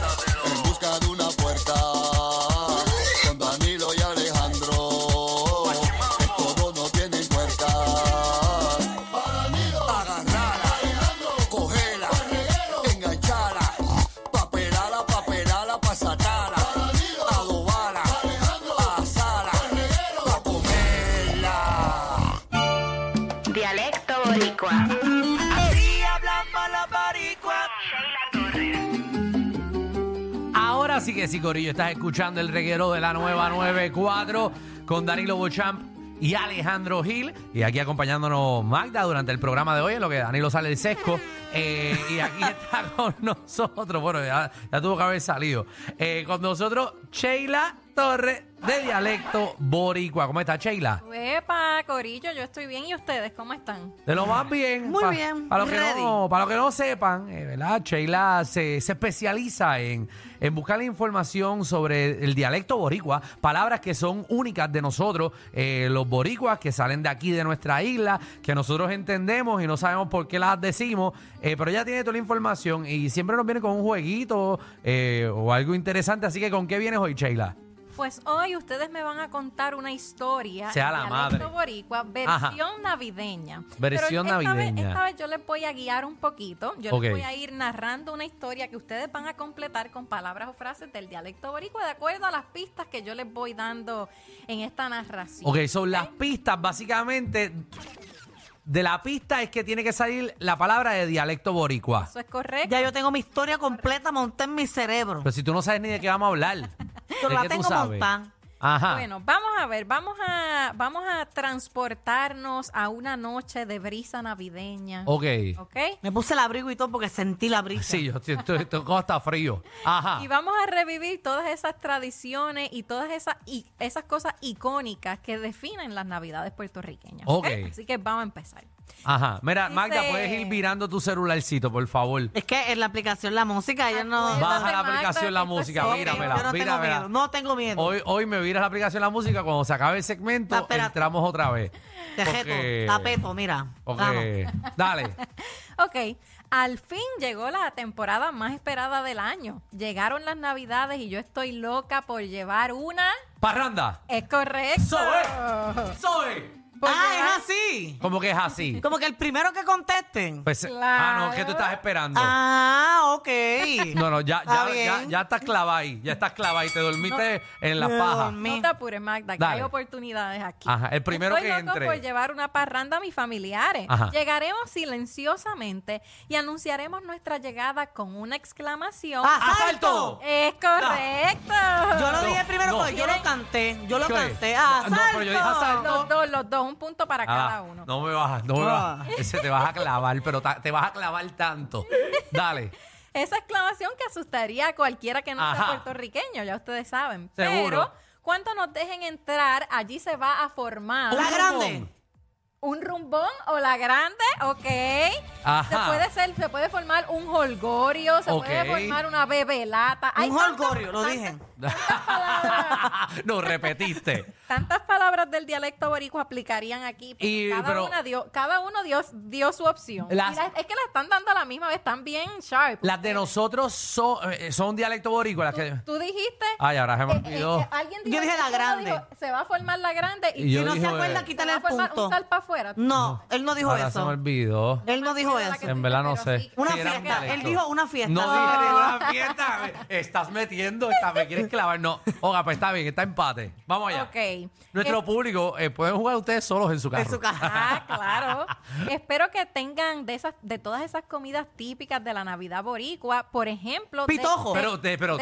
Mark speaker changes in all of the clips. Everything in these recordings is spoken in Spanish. Speaker 1: En busca de una puerta. Con Danilo y Alejandro. Que todos no tienen puerta. Para Danilo. Agarrala. Cogela. Enganchala. Papelala, papelala, pasatala. Adobala. Pasala. Pa' comerla.
Speaker 2: Dialecto boricua.
Speaker 3: Así hablan malas baricuas.
Speaker 4: Ahora sí que sí, Corillo, estás escuchando el reguero de la nueva 94 con Danilo Bochamp y Alejandro Gil. Y aquí acompañándonos Magda durante el programa de hoy, en lo que Danilo sale el sesco. Eh, y aquí está con nosotros, bueno, ya, ya tuvo que haber salido. Eh, con nosotros, Sheila Torres de Dialecto Boricua. ¿Cómo estás, Sheila?
Speaker 5: Epa, Corillo, yo estoy bien. ¿Y ustedes cómo están?
Speaker 4: De lo más bien.
Speaker 6: Muy
Speaker 4: Pa-
Speaker 6: bien,
Speaker 4: Para los que,
Speaker 6: ready.
Speaker 4: no, para los que no sepan, eh, ¿verdad? Sheila se, se especializa en, en buscar la información sobre el dialecto boricua, palabras que son únicas de nosotros, eh, los boricuas que salen de aquí, de nuestra isla, que nosotros entendemos y no sabemos por qué las decimos, eh, pero ella tiene toda la información y siempre nos viene con un jueguito eh, o algo interesante. Así que, ¿con qué vienes hoy, Sheila?
Speaker 5: Pues hoy ustedes me van a contar una historia.
Speaker 4: Sea
Speaker 5: en
Speaker 4: la
Speaker 5: dialecto
Speaker 4: madre.
Speaker 5: boricua, versión navideña.
Speaker 4: Versión
Speaker 5: Pero esta vez-
Speaker 4: navideña.
Speaker 5: esta vez yo les voy a guiar un poquito. Yo
Speaker 4: Ok.
Speaker 5: les voy a ir narrando una historia que ustedes van a completar con palabras o frases del dialecto boricua de acuerdo a las pistas que yo les voy dando en esta narración.
Speaker 4: Ok, son las pistas, básicamente. De la pista es que tiene que salir la palabra de dialecto boricua.
Speaker 5: Eso es correcto.
Speaker 6: Ya yo tengo mi historia completa montada en mi cerebro.
Speaker 4: Pero si tú no sabes ni de qué vamos a hablar.
Speaker 6: Yo
Speaker 4: ¿de
Speaker 6: la
Speaker 4: qué tú
Speaker 6: tengo
Speaker 4: sabes?
Speaker 6: montada.
Speaker 4: Ajá.
Speaker 5: Bueno, vamos a ver, vamos a, vamos a transportarnos a una noche de brisa navideña.
Speaker 4: Ok.
Speaker 5: ¿Ok?
Speaker 6: Me puse el abrigo y todo porque sentí la brisa.
Speaker 4: Sí, yo siento esto como está frío. Ajá.
Speaker 5: Y vamos a revivir todas esas tradiciones y todas esas, y esas cosas icónicas que definen las navidades puertorriqueñas.
Speaker 4: Ok.
Speaker 5: Así que vamos a empezar.
Speaker 4: Ajá. Mira,
Speaker 5: Dice-
Speaker 4: Magda, puedes ir mirando tu celularcito, por favor.
Speaker 6: Es que en la aplicación la música, yo no.
Speaker 5: Va,
Speaker 4: Baja la
Speaker 5: Magda,
Speaker 4: aplicación la
Speaker 5: esto es
Speaker 4: música,
Speaker 5: serio.
Speaker 6: yo
Speaker 4: míramela,
Speaker 6: no tengo
Speaker 4: míramela.
Speaker 6: miedo. No tengo miedo.
Speaker 4: Hoy, hoy me viras la aplicación la música, cuando se acabe el segmento,
Speaker 6: No, espérate.
Speaker 4: entramos otra vez.
Speaker 6: Te
Speaker 4: porque-
Speaker 6: jeto, tapeto, mira. Vamos.
Speaker 4: Porque... Dale.
Speaker 5: Ok, al fin llegó la temporada más esperada del año. Llegaron las navidades y yo estoy loca por llevar una...
Speaker 4: Parranda.
Speaker 5: Es correcto.
Speaker 4: Eso es. Soy.
Speaker 5: Por llevar-
Speaker 6: Ah, es así.
Speaker 4: ¿Cómo que es así?
Speaker 6: Como que el primero que contesten.
Speaker 4: Pues, Ah, no,
Speaker 5: Claro.
Speaker 4: es que tú estás esperando.
Speaker 6: Ah, ok.
Speaker 4: No, no, ya,
Speaker 6: Está
Speaker 4: ya, ya,
Speaker 6: bien.
Speaker 4: ya estás clavada ahí. Ya estás clavada y te dormiste en la
Speaker 6: Me
Speaker 4: paja.
Speaker 6: dormí.
Speaker 5: No te apures, Magda, que
Speaker 4: Dale.
Speaker 5: hay oportunidades aquí.
Speaker 4: Ajá, el primero
Speaker 5: Estoy
Speaker 4: que
Speaker 5: loco
Speaker 4: entre.
Speaker 5: por llevar una parranda a mis familiares.
Speaker 4: Ajá.
Speaker 5: Llegaremos silenciosamente y anunciaremos nuestra llegada con una exclamación.
Speaker 6: Ah,
Speaker 4: ¡Asalto!
Speaker 5: ¡Es correcto!
Speaker 6: Yo lo dije primero
Speaker 4: no.
Speaker 6: porque yo lo canté. Yo lo
Speaker 4: ¿Qué?
Speaker 6: canté. Ah,
Speaker 4: No,
Speaker 6: Asalto.
Speaker 4: pero yo dije asalto.
Speaker 5: Los dos, los dos, un punto para cada
Speaker 4: Ah,
Speaker 5: uno.
Speaker 4: No me bajas, no me
Speaker 6: Ah.
Speaker 4: bajas. Ese te vas a clavar, pero ta- te vas a clavar tanto. Dale.
Speaker 5: Esa exclamación que asustaría a cualquiera que no
Speaker 4: Ajá.
Speaker 5: sea puertorriqueño, ya ustedes saben.
Speaker 4: Seguro.
Speaker 5: Pero cuando nos dejen entrar, allí se va a formar
Speaker 6: La
Speaker 4: Un
Speaker 6: grande.
Speaker 4: rumbón.
Speaker 5: un rumbón o la grande, ok.
Speaker 4: Ajá.
Speaker 5: Se puede ser, se puede formar un holgorio, se
Speaker 4: Ok.
Speaker 5: puede formar una bebelata. Hay
Speaker 6: Un
Speaker 5: tantas-
Speaker 6: holgorio, lo dije.
Speaker 4: no, repetiste.
Speaker 5: Tantas palabras del dialecto boricua aplicarían aquí, pero
Speaker 4: Y-
Speaker 5: cada,
Speaker 4: pero-
Speaker 5: una dio, cada uno dio, dio su opción. Y
Speaker 4: Las-
Speaker 5: la- es que la están dando a la misma vez, están bien sharp.
Speaker 4: Las de nosotros son, eh, son dialecto boricua. Las
Speaker 5: tú,
Speaker 4: que...
Speaker 5: tú dijiste...
Speaker 4: Ay, ahora se me
Speaker 5: eh, eh,
Speaker 4: olvidó.
Speaker 5: eh, alguien dijo
Speaker 6: Yo dije la
Speaker 5: alguno
Speaker 6: grande.
Speaker 5: dijo, se va a formar la grande y,
Speaker 4: Y
Speaker 6: Si
Speaker 4: yo
Speaker 6: no se
Speaker 4: dije,
Speaker 6: acuerda,
Speaker 4: eh,
Speaker 5: se va
Speaker 6: quítale
Speaker 5: a
Speaker 6: el
Speaker 5: formar
Speaker 6: punto.
Speaker 5: un sal para afuera.
Speaker 6: No, él no dijo
Speaker 4: Ahora se me
Speaker 6: eso.
Speaker 4: olvidó.
Speaker 6: Él no dijo
Speaker 5: Era la que tú
Speaker 6: eso.
Speaker 4: En verdad no
Speaker 5: dijiste, pero
Speaker 4: sé.
Speaker 5: sí,
Speaker 6: Una
Speaker 4: Sí, era un
Speaker 6: fiesta.
Speaker 4: dialecto.
Speaker 6: Él dijo una fiesta.
Speaker 4: No dije ninguna fiesta. Me Estás metiendo, esta- me quieres sin clavar, no. Oiga, pues está bien, está empate. Vamos allá.
Speaker 5: Ok.
Speaker 4: Nuestro
Speaker 5: Es-
Speaker 4: público, eh, pueden jugar ustedes solos en su carro.
Speaker 6: En su casa.
Speaker 5: Ah, claro. Espero que tengan de esas, de todas esas comidas típicas de la Navidad boricua. Por ejemplo, de-
Speaker 6: Pitojo.
Speaker 5: de-
Speaker 4: Pero, de- pero-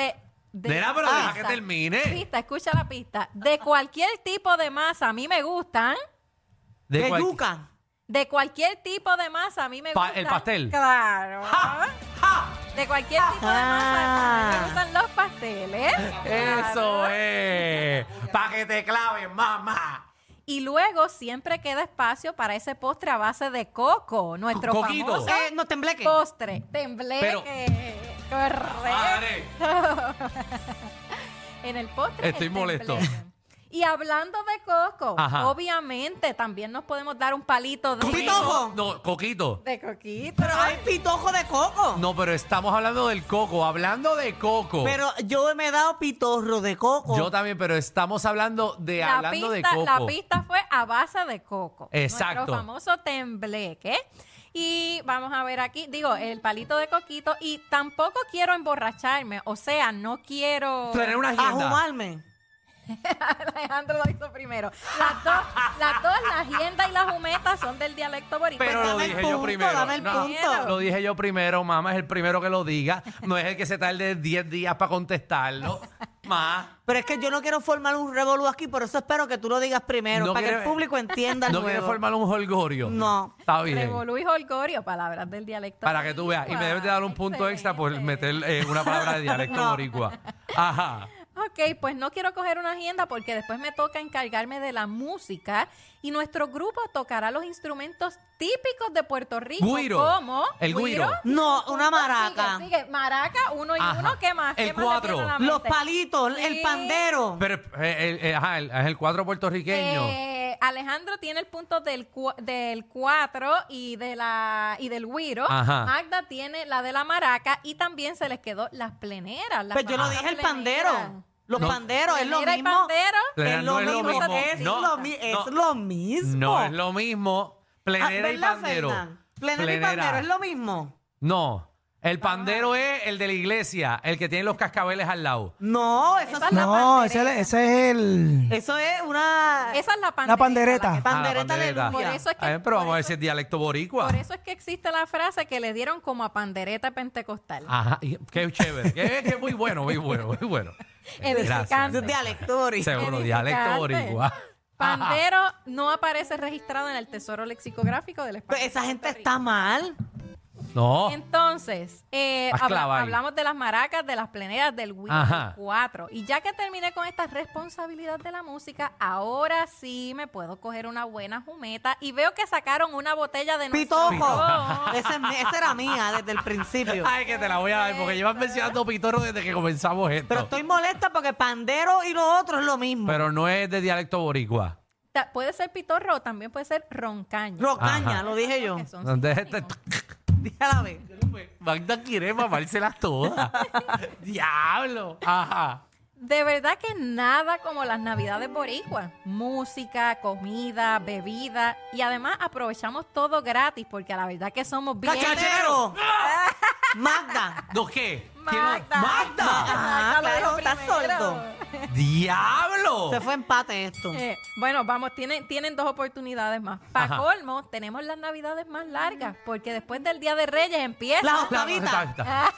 Speaker 4: Nena, pero deja que termine.
Speaker 5: Pista, escucha la pista. De cualquier tipo de masa, a mí me gustan.
Speaker 4: De
Speaker 6: de
Speaker 4: cual-
Speaker 6: yuca.
Speaker 5: De cualquier tipo de masa, a mí me
Speaker 4: Pa-
Speaker 5: gustan.
Speaker 4: el pastel.
Speaker 5: Claro. De cualquier tipo de masa, a mí me
Speaker 6: Ah.
Speaker 5: gustan los pasteles.
Speaker 4: Eso
Speaker 5: Claro.
Speaker 4: es. Para que te claven, mamá.
Speaker 5: Y luego siempre queda espacio para ese postre a base de coco, nuestro
Speaker 4: Coquito.
Speaker 5: famoso
Speaker 6: Eh, no, tembleque.
Speaker 5: postre, tembleque. Correcto.
Speaker 4: Madre.
Speaker 5: En el postre.
Speaker 4: Estoy
Speaker 5: el
Speaker 4: molesto.
Speaker 5: tembleque. Y hablando de coco,
Speaker 4: Ajá.
Speaker 5: obviamente también nos podemos dar un palito de
Speaker 6: Coquito. Coco.
Speaker 4: No, coquito.
Speaker 5: de coquito.
Speaker 6: Pero hay pitojo de coco.
Speaker 4: No, pero estamos hablando del coco. Hablando de coco.
Speaker 6: Pero yo me he dado pitorro de coco.
Speaker 4: Yo también, pero estamos hablando de
Speaker 5: La
Speaker 4: hablando
Speaker 5: pista,
Speaker 4: de coco.
Speaker 5: la pista fue a base de coco.
Speaker 4: Exacto.
Speaker 5: Nuestro famoso tembleque. Y vamos a ver aquí, digo, el palito de coquito. Y tampoco quiero emborracharme, o sea, no quiero...
Speaker 4: Tener una
Speaker 6: a
Speaker 4: agenda.
Speaker 6: jumarme.
Speaker 5: Alejandro lo hizo primero. Las dos, las dos, la agenda y la jumeta son del dialecto boricua.
Speaker 4: Pero
Speaker 6: Pues
Speaker 4: lo
Speaker 6: dame el
Speaker 4: dije yo
Speaker 6: punto,
Speaker 4: primero.
Speaker 6: dame el punto.
Speaker 4: Lo dije yo primero, mamá, es el primero que lo diga. No es el que se tarde 10 días para contestarlo. Más.
Speaker 6: Pero es que yo no quiero formar un revolú aquí, por eso espero que tú lo digas primero,
Speaker 4: No
Speaker 6: para que
Speaker 4: quiere-
Speaker 6: el público entienda el
Speaker 4: No quiere
Speaker 6: juego.
Speaker 4: formar un holgorio.
Speaker 6: No.
Speaker 4: Está bien.
Speaker 5: Revolú y jolgorio, palabras del dialecto
Speaker 4: Para que tú veas. Y
Speaker 5: boricua.
Speaker 4: me debes de dar un punto extra por
Speaker 5: Excelente.
Speaker 4: meter eh, una palabra de dialecto
Speaker 6: No.
Speaker 4: boricua. Ajá.
Speaker 5: Ok, pues no quiero coger una agenda porque después me toca encargarme de la música y nuestro grupo tocará los instrumentos típicos de Puerto Rico.
Speaker 4: Guiro.
Speaker 5: Como
Speaker 4: El guiro.
Speaker 6: No, una maraca.
Speaker 5: Sigue, sigue. Maraca, uno y
Speaker 4: Ajá.
Speaker 5: uno, ¿qué más? ¿Qué
Speaker 4: El
Speaker 5: más le
Speaker 4: cuatro.
Speaker 5: viene a la
Speaker 6: Los
Speaker 5: mente?
Speaker 6: palitos,
Speaker 5: Sí.
Speaker 6: el pandero.
Speaker 4: Pero eh, el, eh, ajá, el, es el cuatro puertorriqueño.
Speaker 5: Eh, Alejandro tiene el punto del cua- del 4 y de la y del guiro.
Speaker 4: Ajá.
Speaker 5: Magda tiene la de la maraca y también se les quedó las pleneras. las
Speaker 6: Pues yo lo
Speaker 5: famosas
Speaker 6: dije el
Speaker 5: pleneras.
Speaker 6: pandero. Los
Speaker 4: No.
Speaker 6: panderos es lo
Speaker 5: Plenera y
Speaker 6: mismo.
Speaker 5: Pues pandero.
Speaker 4: Plenera
Speaker 6: Es lo
Speaker 4: no es lo
Speaker 6: mismo.
Speaker 4: mismo.
Speaker 6: Es
Speaker 4: No,
Speaker 6: lo mi- es
Speaker 4: no.
Speaker 6: lo mismo.
Speaker 4: no es lo mismo.
Speaker 6: Ah,
Speaker 4: Plenera y
Speaker 6: ¿verdad,
Speaker 4: pandero.
Speaker 6: Fernan? Plenera,
Speaker 4: Plenera.
Speaker 6: y pandero es lo Ah. mismo.
Speaker 4: No. El pandero es el de la iglesia, el que tiene los cascabeles al lado.
Speaker 6: No, eso,
Speaker 5: Esa
Speaker 6: es,
Speaker 5: es la
Speaker 7: No, ese,
Speaker 5: pandereta.
Speaker 7: es- ese es el.
Speaker 6: eso es una
Speaker 5: Esa es la
Speaker 7: La
Speaker 5: pandereta.
Speaker 7: pandereta.
Speaker 5: la que-
Speaker 4: Ah, la
Speaker 6: pandereta,
Speaker 4: pandereta.
Speaker 6: aleluya.
Speaker 5: Por eso es que-
Speaker 4: A ver, pero
Speaker 5: por
Speaker 4: vamos a ver
Speaker 5: eso-
Speaker 4: si es dialecto boricua.
Speaker 5: Por eso es que existe la frase que le dieron como a pandereta pentecostal.
Speaker 4: Ajá, y- qué chévere. qué, qué muy bueno, muy bueno, muy bueno. Eh,
Speaker 5: Edificante.
Speaker 6: Es dialecto boricua.
Speaker 4: Seguro, dialecto
Speaker 5: Edificante.
Speaker 4: boricua.
Speaker 5: Pandero no aparece registrado en el tesoro lexicográfico del
Speaker 6: Pero
Speaker 5: español.
Speaker 6: Pues Esa gente está mal.
Speaker 4: No.
Speaker 5: Entonces, eh,
Speaker 4: Has
Speaker 5: habla-
Speaker 4: clavado Oh. ahí.
Speaker 5: hablamos de las maracas, de las pleneras, del Wii
Speaker 4: Ajá.
Speaker 5: 4. Y ya que terminé con esta responsabilidad de la música, ahora sí me puedo coger una buena jumeta. Y veo que sacaron una botella de nuestro
Speaker 6: Pitojo.
Speaker 5: ron.
Speaker 6: Esa, es mi- esa era mía desde el principio.
Speaker 4: Ay, que te la voy a dar, porque llevas mencionando pitorro desde que comenzamos esto.
Speaker 6: Pero estoy molesta porque pandero y lo otro es lo mismo.
Speaker 4: Pero no es de dialecto boricua.
Speaker 5: Ta- Puede ser pitorro o también puede ser roncaño.
Speaker 6: Rocaña,
Speaker 4: Ajá.
Speaker 6: lo dije yo.
Speaker 5: Que son
Speaker 4: Entonces,
Speaker 5: sinónimos.
Speaker 6: Dije a la vez.
Speaker 4: Magda quiere mamárselas todas. Diablo. Ajá.
Speaker 5: De verdad que nada como las navidades boricuas. Música, comida, bebida. Y además aprovechamos todo gratis porque la verdad que somos bien...
Speaker 6: ¡Cachachero!
Speaker 4: ¡Ah!
Speaker 6: Magda.
Speaker 4: ¿No qué? ¿Quién lo-
Speaker 5: ¡Magda!
Speaker 6: Ajá,
Speaker 5: lo dijo
Speaker 6: claro, estás
Speaker 5: primero.
Speaker 6: sordo.
Speaker 4: ¡Diablo!
Speaker 6: Se fue empate esto.
Speaker 5: Eh, bueno, vamos, tienen, tienen dos oportunidades más. Para
Speaker 4: Ajá.
Speaker 5: colmo, tenemos las navidades más largas porque después del Día de Reyes empieza
Speaker 6: Las
Speaker 4: La- está-
Speaker 6: octavitas.
Speaker 4: está-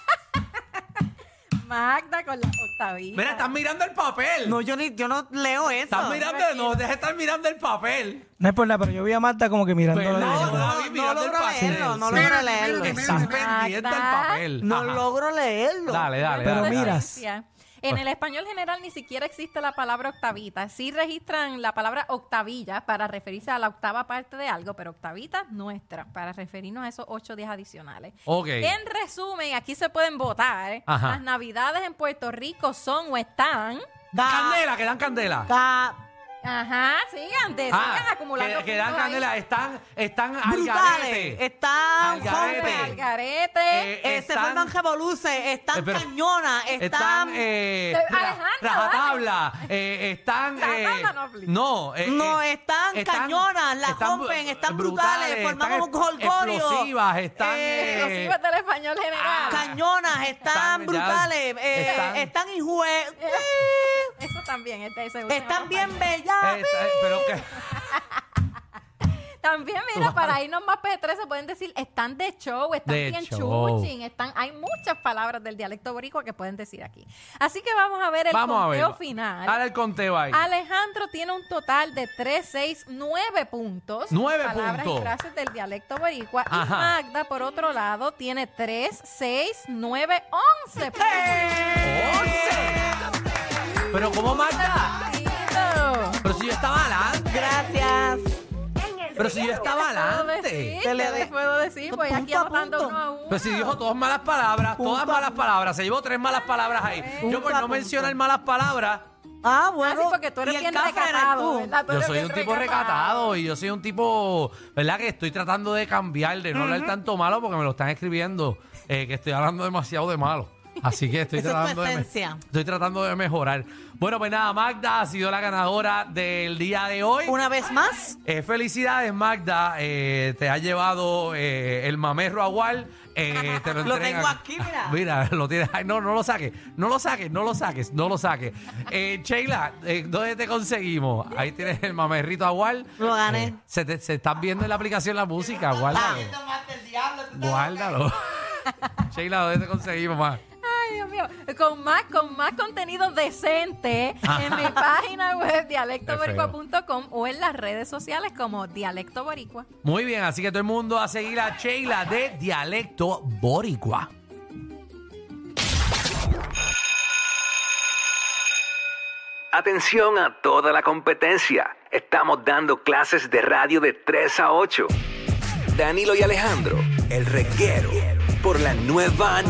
Speaker 5: Magda con la octavita.
Speaker 4: Mira, estás mirando el papel.
Speaker 6: No, yo, ni, yo no leo eso.
Speaker 4: estás mirando, no, dejes de estar mirando el papel. Pues
Speaker 7: No es por nada, pero yo vi a Marta como que mirando.
Speaker 4: ¿Verdad?
Speaker 7: la-
Speaker 6: No, no,
Speaker 4: David,
Speaker 6: no
Speaker 4: mirando el
Speaker 6: logro
Speaker 4: pasillo.
Speaker 6: leerlo, no
Speaker 4: Sí.
Speaker 6: logro leerlo.
Speaker 4: Estás pendiente del papel.
Speaker 6: No
Speaker 4: Ajá.
Speaker 6: logro leerlo.
Speaker 4: Dale, dale,
Speaker 7: Pero
Speaker 4: dale, dale.
Speaker 7: mira.
Speaker 5: Referencia. En el español general ni siquiera existe la palabra octavita. Sí registran la palabra octavilla para referirse a la octava parte de algo, pero octavita nuestra, para referirnos a esos ocho días adicionales.
Speaker 4: Ok.
Speaker 5: En resumen, aquí se pueden votar.
Speaker 4: Ajá.
Speaker 5: Las navidades en Puerto Rico son o están.
Speaker 6: Da,
Speaker 4: Candela, que dan candela.
Speaker 6: da,
Speaker 5: Ajá, sigan, de, sigan acumulando.
Speaker 4: Ah, que, que dan
Speaker 5: puntos ahí.
Speaker 4: candela, están, están al
Speaker 6: Brutales.
Speaker 4: garete.
Speaker 6: Están
Speaker 4: Al garete.
Speaker 6: hombres.
Speaker 5: Al garete.
Speaker 4: Eh,
Speaker 6: Eh, se
Speaker 4: están-
Speaker 6: forman revoluces, están
Speaker 4: Eh, pero-
Speaker 6: cañonas, están...
Speaker 4: Están eh,
Speaker 5: Se-
Speaker 4: ra-
Speaker 5: Alejandro,
Speaker 4: rajatabla, eh, están eh,
Speaker 5: Rajatabla no aplica.
Speaker 4: no, eh,
Speaker 6: No,
Speaker 4: eh,
Speaker 6: están cañonas, las rompen, están brutales,
Speaker 4: están
Speaker 6: forman un jolgorio.
Speaker 4: explosivas, están
Speaker 6: Eh,
Speaker 4: eh,
Speaker 5: Exclusivas del español general.
Speaker 4: ah,
Speaker 6: cañonas,
Speaker 4: Están,
Speaker 6: están
Speaker 4: ya,
Speaker 6: brutales, eh,
Speaker 4: están-
Speaker 6: están, injue-
Speaker 5: Eso también este es de ese último
Speaker 6: están
Speaker 5: país.
Speaker 6: bien bellas.
Speaker 4: eh, está- pero que-
Speaker 5: También, mira, para irnos más P3 se pueden decir están de show, están
Speaker 4: De
Speaker 5: bien
Speaker 4: show.
Speaker 5: chuching, están, hay muchas palabras del dialecto boricua que pueden decir aquí. Así que vamos a ver el
Speaker 4: vamos a ver.
Speaker 5: conteo final.
Speaker 4: Ahora el conteo ahí.
Speaker 5: Alejandro tiene un total de 3, 6, 9 puntos.
Speaker 4: Nueve
Speaker 5: palabras
Speaker 4: puntos.
Speaker 5: y frases del dialecto boricua.
Speaker 4: Ajá.
Speaker 5: Y Magda, por otro lado, tiene 3, 6, 9, 11 puntos.
Speaker 4: ¡Once! Pero cómo Magda,
Speaker 5: Rapidito.
Speaker 4: pero si yo estaba adelante,
Speaker 6: Gracias.
Speaker 4: pero si yo estaba
Speaker 5: ¿Puedo
Speaker 4: adelante.
Speaker 5: decir?
Speaker 6: Te le
Speaker 5: ¿Qué
Speaker 6: de-
Speaker 5: les puedo decir? Voy aquí
Speaker 6: Punto a
Speaker 5: anotando
Speaker 6: punto.
Speaker 5: uno a uno.
Speaker 4: Pero si dijo todas malas palabras, todas
Speaker 6: Punto a
Speaker 4: malas
Speaker 6: punto.
Speaker 4: palabras, se llevó tres malas palabras ahí. Yo por
Speaker 6: Punto a
Speaker 4: no
Speaker 6: punto.
Speaker 4: mencionar malas palabras,
Speaker 6: Ah,
Speaker 5: Ah,
Speaker 6: bueno.
Speaker 5: sí, porque tú
Speaker 6: y
Speaker 5: eres
Speaker 6: el
Speaker 5: bien
Speaker 6: café eres
Speaker 5: recatado.
Speaker 6: tú.
Speaker 5: ¿verdad? Tú
Speaker 4: Yo
Speaker 5: eres
Speaker 4: soy
Speaker 5: bien
Speaker 4: un tipo recatado y yo soy un tipo, ¿verdad? Que estoy tratando de cambiar, de no hablar tanto malo porque me lo están escribiendo, eh, que estoy hablando demasiado de malo. Así que estoy
Speaker 6: Esa es tu
Speaker 4: tratando, de, me-
Speaker 6: esencia.
Speaker 4: estoy tratando de mejorar. Bueno, pues nada, Magda ha sido la ganadora del día de hoy.
Speaker 6: Una vez más,
Speaker 4: Eh, felicidades, Magda. Eh, te ha llevado eh, el mamerro agual. Eh, te lo,
Speaker 6: Lo
Speaker 4: entregan.
Speaker 6: tengo aquí, mira.
Speaker 4: Mira, lo tienes. Ay, no, no lo saques. No lo saques, no lo saques, no lo saques. Eh, Sheila, eh, ¿dónde te conseguimos? Ahí tienes el mamerrito agual.
Speaker 6: Lo gané.
Speaker 4: Eh, se, te, se están viendo en la aplicación la música. Guárdalo. Guárdalo. Sheila, ¿dónde te conseguimos más?
Speaker 5: Ay, Dios mío. Con más, con más contenido decente en mi página web dialectoboricua.com o en las redes sociales como Dialecto Boricua.
Speaker 4: Muy bien, así que todo el mundo a seguir a Sheila de Dialecto Boricua.
Speaker 3: Atención a toda la competencia. Estamos dando clases de radio de 3 a 8. Danilo y Alejandro, el reguero, por la nueva